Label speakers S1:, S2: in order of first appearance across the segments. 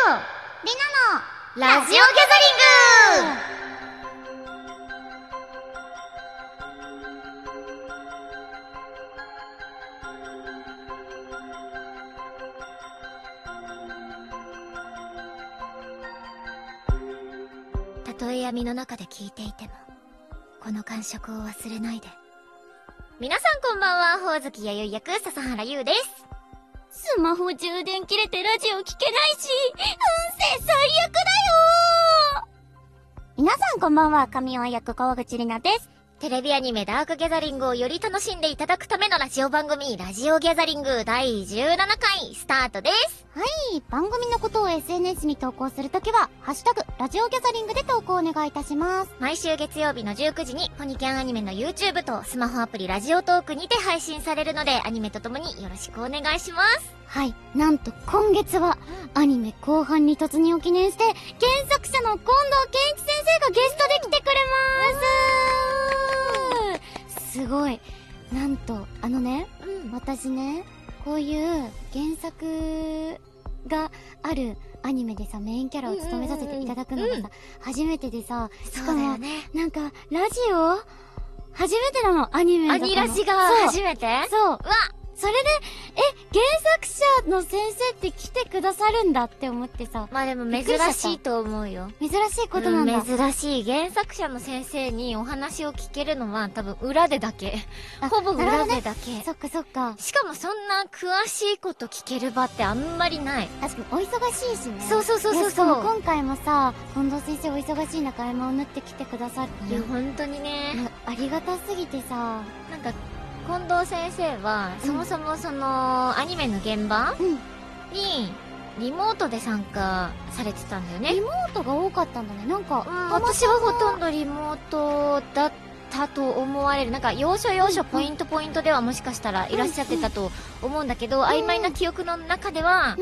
S1: リナのラジオギャザリングたとえ闇の中で聞いていてもこの感触を忘れないで皆さんこんばんはほ月や弥生役笹原優ですスマホ充電切れてラジオ聞けないし運勢最悪だよ皆さんこんばんは神尾役川口里奈ですテレビアニメダークギャザリングをより楽しんでいただくためのラジオ番組ラジオギャザリング第17回スタートです
S2: はい、番組のことを SNS に投稿するときは、ハッシュタグ、ラジオギャザリングで投稿お願いいたします。
S1: 毎週月曜日の19時にポニキャンアニメの YouTube とスマホアプリラジオトークにて配信されるのでアニメとともによろしくお願いします
S2: はい、なんと今月は、アニメ後半に突入を記念して、原作者の近藤健一先生がゲストで来てくれますすごい。なんと、あのね、
S1: うん
S2: 私ね、こういう原作があるアニメでさ、メインキャラを務めさせていただくのが
S1: うんうん
S2: さ、初めてでさ、し
S1: そう
S2: か
S1: だ
S2: も
S1: よ、ね
S2: なんか、ラジオ初めてなの、アニメだ
S1: ア
S2: ったの
S1: ニラジが
S2: そ
S1: 初めて
S2: う。そう。
S1: うわ
S2: それで、え、原作者の先生って来てくださるんだって思ってさ、
S1: まあでも珍しいと思うよ。
S2: 珍しいことなんだ。
S1: うん珍しい原作者の先生にお話を聞けるのは多分裏でだけ。
S2: あ
S1: ほぼ
S2: なる
S1: 裏
S2: ほど
S1: で
S2: ね。
S1: だけ。
S2: そっかそっか。
S1: しかもそんな詳しいこと聞ける場ってあんまりない。
S2: 確かにお忙しいしね。
S1: そうそうそう
S2: ね
S1: そう
S2: しかも
S1: そう。
S2: 今回もさ、近藤先生お忙しい中合間を縫って来てくださって
S1: いや、本当にね、
S2: ねありがたすぎてさ、
S1: なんか、近藤先生は、
S2: うん
S1: そもそもその、アニメの現場
S2: うん、
S1: に、リモートで参加されてたんだよね
S2: リ。モートが多かったんだね。なんか、
S1: うん、
S2: たま
S1: 私はほとんどリモートだったと思われるなんか要所要所
S2: うんうん
S1: ポイントポイントではもしかしたらいらっしゃってたと思うんだけど、曖昧な記憶の中では、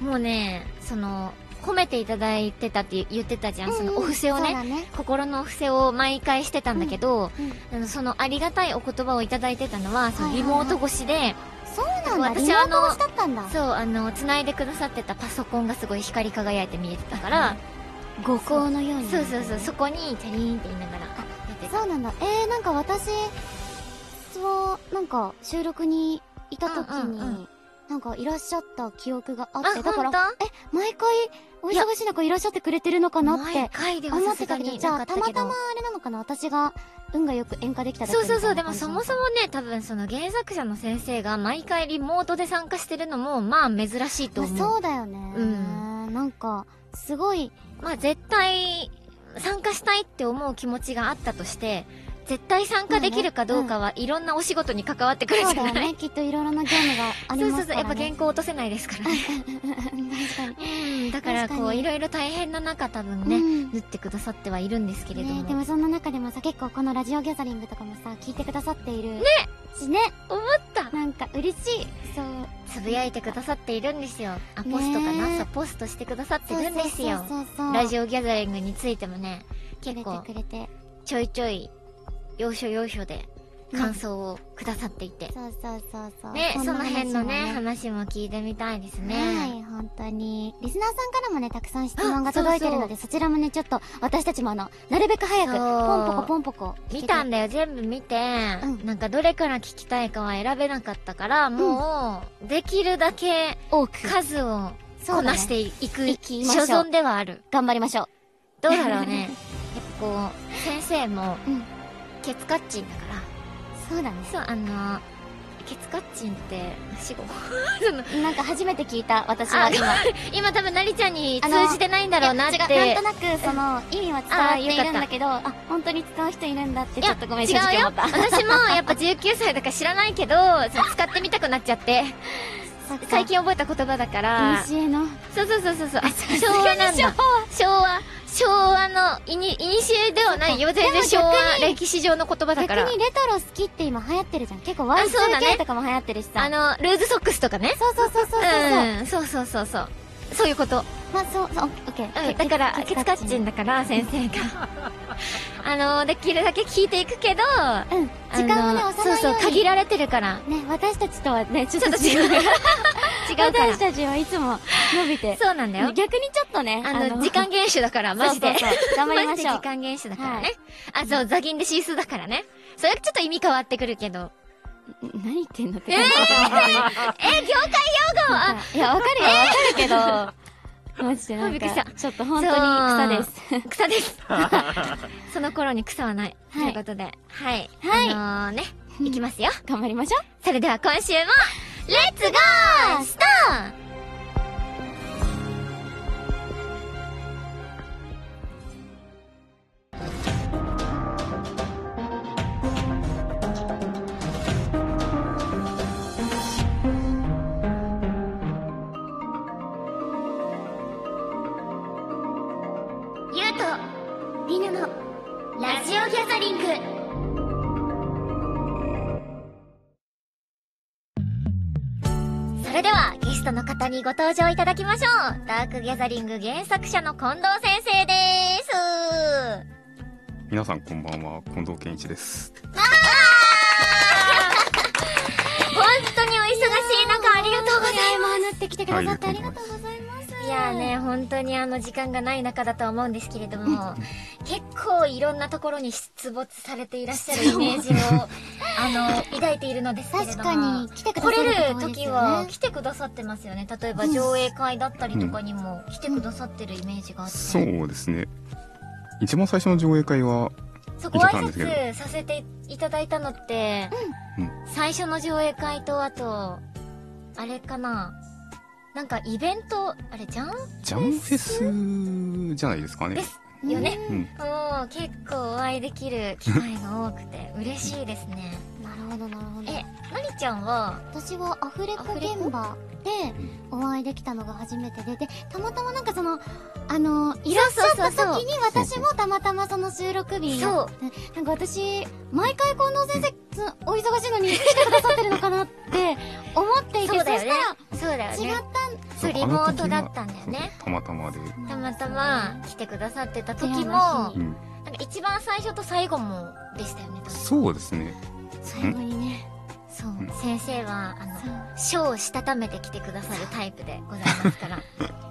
S1: もうねその褒めていただいてたって言ってたじゃん、そのお布施を
S2: そう
S1: ね
S2: だね。
S1: 心のお布施を毎回してたんだけど、
S2: うんうん
S1: あのそのありがたいお言葉をいただいてたのはその
S2: はい
S1: リ
S2: はいは
S1: モ
S2: い
S1: ート越しで、
S2: そうなんだ。
S1: 私
S2: リモ
S1: は
S2: ートをしたったんだ。
S1: そうあの繋いでくださってたパソコンがすごい光り輝いて見えてたから、
S2: 五行のように
S1: そうそうそうそこにチャリーンって言いながらやってた
S2: そうなんだえー、なんか私はなんか収録にいた時に、
S1: うんうんうん
S2: なんかいらっしゃった記憶があっ
S1: あ
S2: てだから
S1: 本当
S2: 毎回お忙しい中いらっしゃってくれてるのかなっ
S1: 毎
S2: て
S1: 回では
S2: 思
S1: さ
S2: っ
S1: す
S2: て
S1: が
S2: たけど
S1: に
S2: じゃあ
S1: なかった
S2: たま
S1: けど
S2: たまあれなのかな私が運がよく演歌できただけ
S1: そうそうそうでも
S2: みた
S1: そ
S2: いな
S1: も
S2: 感じ
S1: そもね多分その原作者の先生が毎回リモートで参加してるのもまあ珍しいと思う
S2: まあそうだよね、
S1: う
S2: なんかすごい
S1: まあ絶対参加したいって思う気持ちがあったとして絶対参加できるかどうかはいろんなお仕事に関わってくる
S2: そ
S1: じ
S2: う
S1: ゃ
S2: だよ
S1: ない、
S2: ねきっといろいろなゲームがあり
S1: そう
S2: ま
S1: そう
S2: す
S1: そう
S2: か
S1: やっぱ
S2: ら
S1: 原
S2: ね
S1: 稿落とせないですからね
S2: 確かに
S1: うんだから
S2: 確
S1: こ
S2: か
S1: う
S2: に
S1: いろいろ大変な中多分ね、
S2: うん
S1: 縫ってくださってはいるんですけれども,、
S2: ね、でもそんな中でもさ結構このラジオギャザリングとかもさ聞いてくださっているねしね
S1: 思った
S2: なんか嬉しいそう
S1: つぶやいてくださっているんですよあポストかな、
S2: ね
S1: そうポストしてくださって
S2: そう
S1: るんですよ
S2: そうそうそう
S1: ラジオギャザリングについてもね、
S2: くれ
S1: 結
S2: て
S1: 構
S2: くれて
S1: ちょいちょい、要所要所で感想をくださっていて。
S2: そうそうそうそう
S1: ね、そ
S2: んな
S1: の辺のね、
S2: 話も
S1: 話も聞いてみたいです
S2: は
S1: ね。
S2: い本当にリスナーさんからもねたくさん質問が届いてるのでそちらもねちょっと私たちもあのなるべく早
S1: そ
S2: く
S1: う
S2: ポンポコポンポコ聞けて
S1: 見たんだよ、全部見て、
S2: うん
S1: なんかどれから聞きたいかは選べなかったから、もう、できるだけ
S2: 多く
S1: 数を
S2: そ
S1: こ
S2: うだ
S1: な
S2: ね
S1: していく
S2: 行きましょ
S1: 所
S2: う
S1: 存ではある。
S2: 頑張りましょう
S1: どうだろう ね。やっぱこう、先生も
S2: うん、
S1: ケツカッチンだから、
S2: そうだね
S1: そう、あの、ケツカッチンって、死 後
S2: なんか初めて聞いた私は今
S1: 今多分なりちゃんに通じてないんだろうなって
S2: いや違うなんとなくその意味は伝わっているんだけどあ本当に使う人いるんだって
S1: い
S2: ちょ
S1: や
S2: っとごめん
S1: 違
S2: 正
S1: う
S2: 直
S1: よ
S2: 思った
S1: 私もやっぱ19歳だから知らないけどそう使ってみたくなっちゃって 最近覚えた言葉だから
S2: 西への
S1: そうそうそうそうそうあ昭
S2: がに
S1: 和なんだ昭和昭和のいにいにしえではないよ全然昭和歴史上の言葉だか
S2: 逆
S1: ら
S2: にレトロ好きって今流行ってるじゃん結構
S1: あそうだね
S2: Y2K とかも流行ってるしさ
S1: あのルーズソックスとかね
S2: そうそうそうそうそうそう
S1: うんそうそうそうそうそういうこと
S2: まあそうそうオッケー
S1: うん、だから、ケツカッチンだから、先生が。 あの、できるだけ聞いていくけど、
S2: うん時間をね
S1: あの
S2: 押さないように
S1: そうそう、限られてる から。
S2: ね私たちとはねちょっ
S1: ちょ
S2: と
S1: っと
S2: 違
S1: 違
S2: う
S1: う。違うから
S2: 私。たちはいつも伸びて
S1: そうなんだよ。
S2: 逆にちょっとね
S1: あの、時間厳守だ から、マジで。
S2: そうそうそう頑張りましょう
S1: マジで時間厳守だからね。あ、そう、座銀でシースーだからね。それちょっと意味変わってくるけど。
S2: 何言ってんのって
S1: えー、え
S2: 感
S1: 業
S2: じ
S1: 界用語あ、
S2: いやわかるよわかるけ どマジでなん
S1: びっくりした
S2: かちょっと本当に草です
S1: 草 です。その頃に草はない。と
S2: はい
S1: いうことで。はい。
S2: はい
S1: あのーね、いきますよ。
S2: 頑張りましょう
S1: それでは今週も、レッツゴーストーンゆうとりなのラジオギャザリングそれではゲストの方にご登場いただきましょうダークギャザリング原作者の近藤先生です
S3: 皆さんこんばんは近藤健一です
S1: 本当にお忙しい中ありがとうございま
S2: ます縫ってきてくださってありがとうございます
S1: すいやーね本当にあの時間がない中だと思うんですけれど も結構いろんなところに出没されていらっしゃるイメージをあの抱いているのですけれども
S2: 確かに来てくだ
S1: 来
S2: さる
S1: れる
S2: 方多いです
S1: 時
S2: よ
S1: は
S2: ね
S1: 来てくださってますよね例えば上映会だったりとかにも来てくださってるイメージがあって、
S3: そうですね一番最初の上映会は
S1: そうご挨拶させていただいたのって、
S3: うん
S1: 最初の上映会とあとあれかななんかイベントあれじゃん
S3: ジャンフェスじゃないですかね
S1: ですよね、
S3: うん
S1: もう結構お会いできる機会が多くて嬉しいですね
S2: なるほどなるほど
S1: えのりちゃんは
S2: 私はアフレコ現場でお会いできたのが初めてででたまたまなんかそのあのいらっしゃっ
S1: そ
S2: た
S1: うそうそうそう
S2: 時に私もたまたまその収録日が
S1: そう
S2: なんか私毎回近藤先生つお忙しいのに来てくださってるのかなって思っていて
S1: そ
S2: そう
S1: だよ
S2: し
S1: ねそうだよ
S2: たら違
S1: ね
S2: った
S1: そうリモートだったんだよね
S3: あの時はそうたまたまで、
S2: ん
S1: たまたま来てくださってた時も
S2: 出会い
S1: な
S2: の
S1: ん
S2: 日
S3: う
S1: か
S3: ん、
S1: 一番最初と最後もでしたよね確か
S3: そうですね
S2: 最後にね
S1: そう
S3: うん
S1: 先生はあの
S2: そう
S1: 賞をしたためて来てくださるタイプでございます から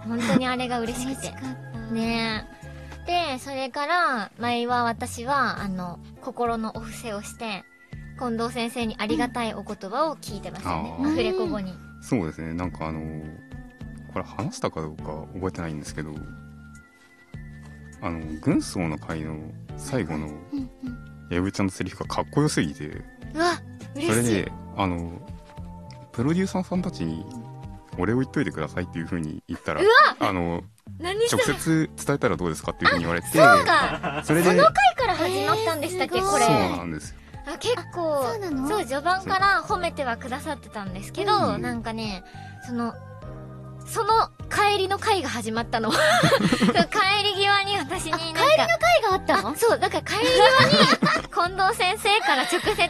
S1: 本当にあれが嬉し
S2: 嬉
S1: く
S2: しか
S1: て
S2: った
S1: ねえでそれから前は私はあの心のお布施をして近藤先生にありがたいお言葉を聞いてましたね、
S3: うん
S2: あ
S1: ア
S2: ー
S1: フレコ後に、
S3: そうですねなんかあのこれ話したかどうか覚えてないんですけどあの軍曹の会の最後の
S2: うんうん
S3: 矢部ちゃんのセリフがかっこよすぎて
S1: うわ嬉し
S3: それ
S1: い
S3: であのプロデューサーさんたちにお礼を言っといてくださいっていうふうに言ったらあの
S1: 何そ
S3: 直
S1: れ
S3: 接伝えたらどうですかっていうふうに言われて
S1: そうか
S3: それで
S1: その回から始まったんでしたっけ、
S2: えーすご
S1: こ
S2: い
S1: れ
S3: そうなんですよ
S1: あ結構
S2: あそうなの
S1: 序盤から褒めてはくださってたんですけど、
S3: うん
S1: なんかねそのその帰りの会が始まったのその帰り際に私になんか
S2: 会があった
S1: あ
S2: の
S1: そうだから帰り際に 近藤先生から直接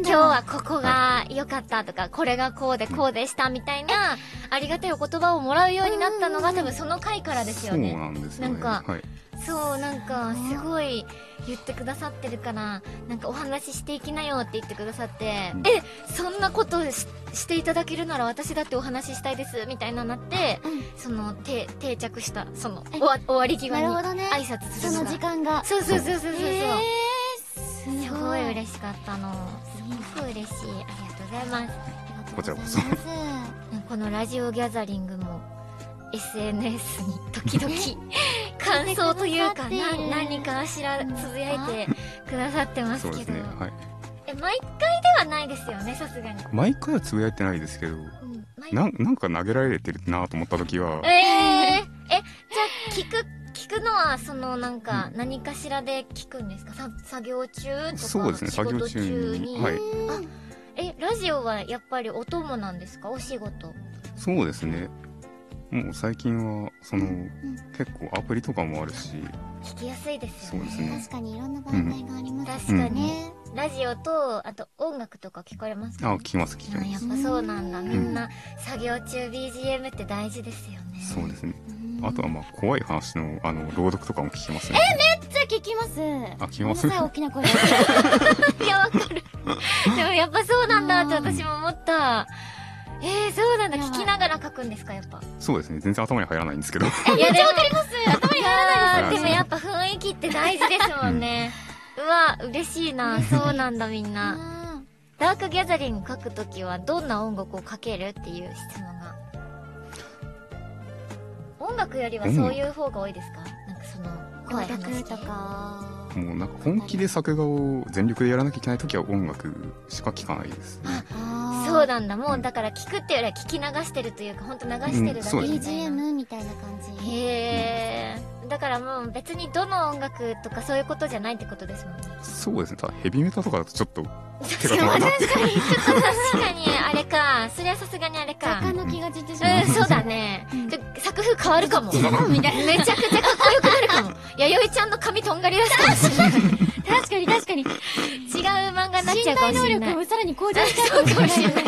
S1: 今日はここが良かったとかこれがこうでこうでしたみたいなありがたいお言葉をもらうようになったのが多分その回からです
S3: そ
S1: よ
S3: う
S1: ね
S3: なんですよね
S1: なんか
S3: はい、
S1: そうなんかすごい言ってくださってるからなんかお話ししていきなよって言ってくださって、
S3: うん
S1: えそんなことししていただけるなら私だってお話ししたいですみたいななって、
S2: う
S1: そのて定着したその終
S2: え
S1: わ終わり際に
S2: なるほ
S1: 挨
S2: どね
S1: 拶す
S2: そ
S1: るの
S2: の
S1: が
S2: 時間が
S1: そうそうそうそうそうそう、
S2: えー
S1: すごい
S2: しい
S1: 嬉しかったのすごく嬉しいありがとうございます
S3: こちらこそ
S2: ありがとうございます
S1: このラジオギャザリングも SNS に時々 感想というかな何かしらつぶやいてくださってます
S3: そうで
S1: け
S3: す
S1: ど、
S3: ね、はい、
S1: え毎回ではないですよねさすがに、
S3: 毎回はつぶやいてないですけど
S1: うん、毎
S3: なんなんか投げられてるなと思った時は
S1: えー、えじゃあ聞く聞くのはそのなんか何かしらで聞くんですかさ作業中とか
S3: そうですね
S1: 仕事
S3: 作業
S1: 中
S3: 中
S1: に、
S3: にはい
S1: えラジオはやっぱりお供なんですかお仕事
S3: そうですねもう最近はその、
S2: ん
S3: 結構アプリとかもあるし
S1: 聞きやすいです
S3: そう
S1: よ
S3: で
S1: ね
S3: すね
S2: 確かにいろんな番組がありま
S1: 確
S2: す
S1: かに、
S2: ね。
S1: ラジオとあと音楽とか聞かれます
S3: あ
S1: か、
S3: 聞きます聞き
S1: あ
S3: ま
S1: やっ
S3: す
S1: ぱそうなんだ
S2: う
S1: み
S2: ん
S1: んな作業中 BGM って大事ですよね、
S3: そうですねあとはまあ怖い話のあの朗読とかも聞きますね
S2: じゃあ聞きます
S3: あ聞きます
S2: ごめんなさい大きな声で
S1: いや、わかる。でもやっぱそうなんだって私も思った。えー、そうなんだ。
S2: やばい
S1: 聞きながら書くんですか、やっぱ。
S3: そうですね全然頭に入らないんですけど
S1: いや、でもわかります。頭に入ら
S3: な
S1: で。
S3: いですす
S1: でもやっぱ雰囲気って大事ですもんね。 うわ、嬉しいな。そうなんだ、みんな。
S2: あ
S1: ダークギャザリング書くときは、どんな音楽をかけるっていう質問が。音楽よりはそういう方が多いですかなんかその、
S2: ー
S1: 声
S2: 音楽と
S1: か。
S2: か
S3: もうなんか本気で作画を全力でやらなきゃいけない時は音楽しか聴かないですね
S1: そうなんだ。もうだから聞くっていうよりは聞き流してるというか、ほんと流してるだけ
S3: うんそう
S1: み
S3: で
S1: た
S3: す
S1: いな。
S2: BGM みたいな感じ
S1: へえ。だからもう別にどの音楽とかそういうことじゃないってことですもんね。
S3: そうですねただヘビメタとかだとちょっと手が
S1: 確
S3: 止ま
S1: からに、
S3: な
S1: 確かにあれか。そりゃさすがにあれか。
S2: 若の気が散ってしまう
S1: うん、そうだね。ちょ作風変わるかも。めちゃく
S2: みたい
S1: ちゃかっこよくなるかも。 弥生ちゃんの髪とんがり出すかもしれない。
S2: な 確かに確かに
S1: 違う漫画になっちゃ
S2: 身
S1: うか
S2: 体
S1: も
S2: 能
S1: しれない。
S2: 力をさらに向上しちゃ
S1: そううかもしれない。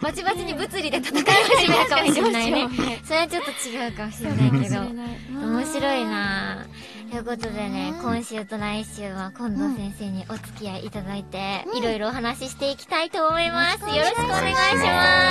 S1: バチバチに物理で戦い始めるかもしれないね。 それはちょっと違うかもしれ ないけど。面白いなぁということでね、今週と来週は近藤先生にお付き合いいただいて、いろいろお話ししていきたいと思います。よろしくお願いします。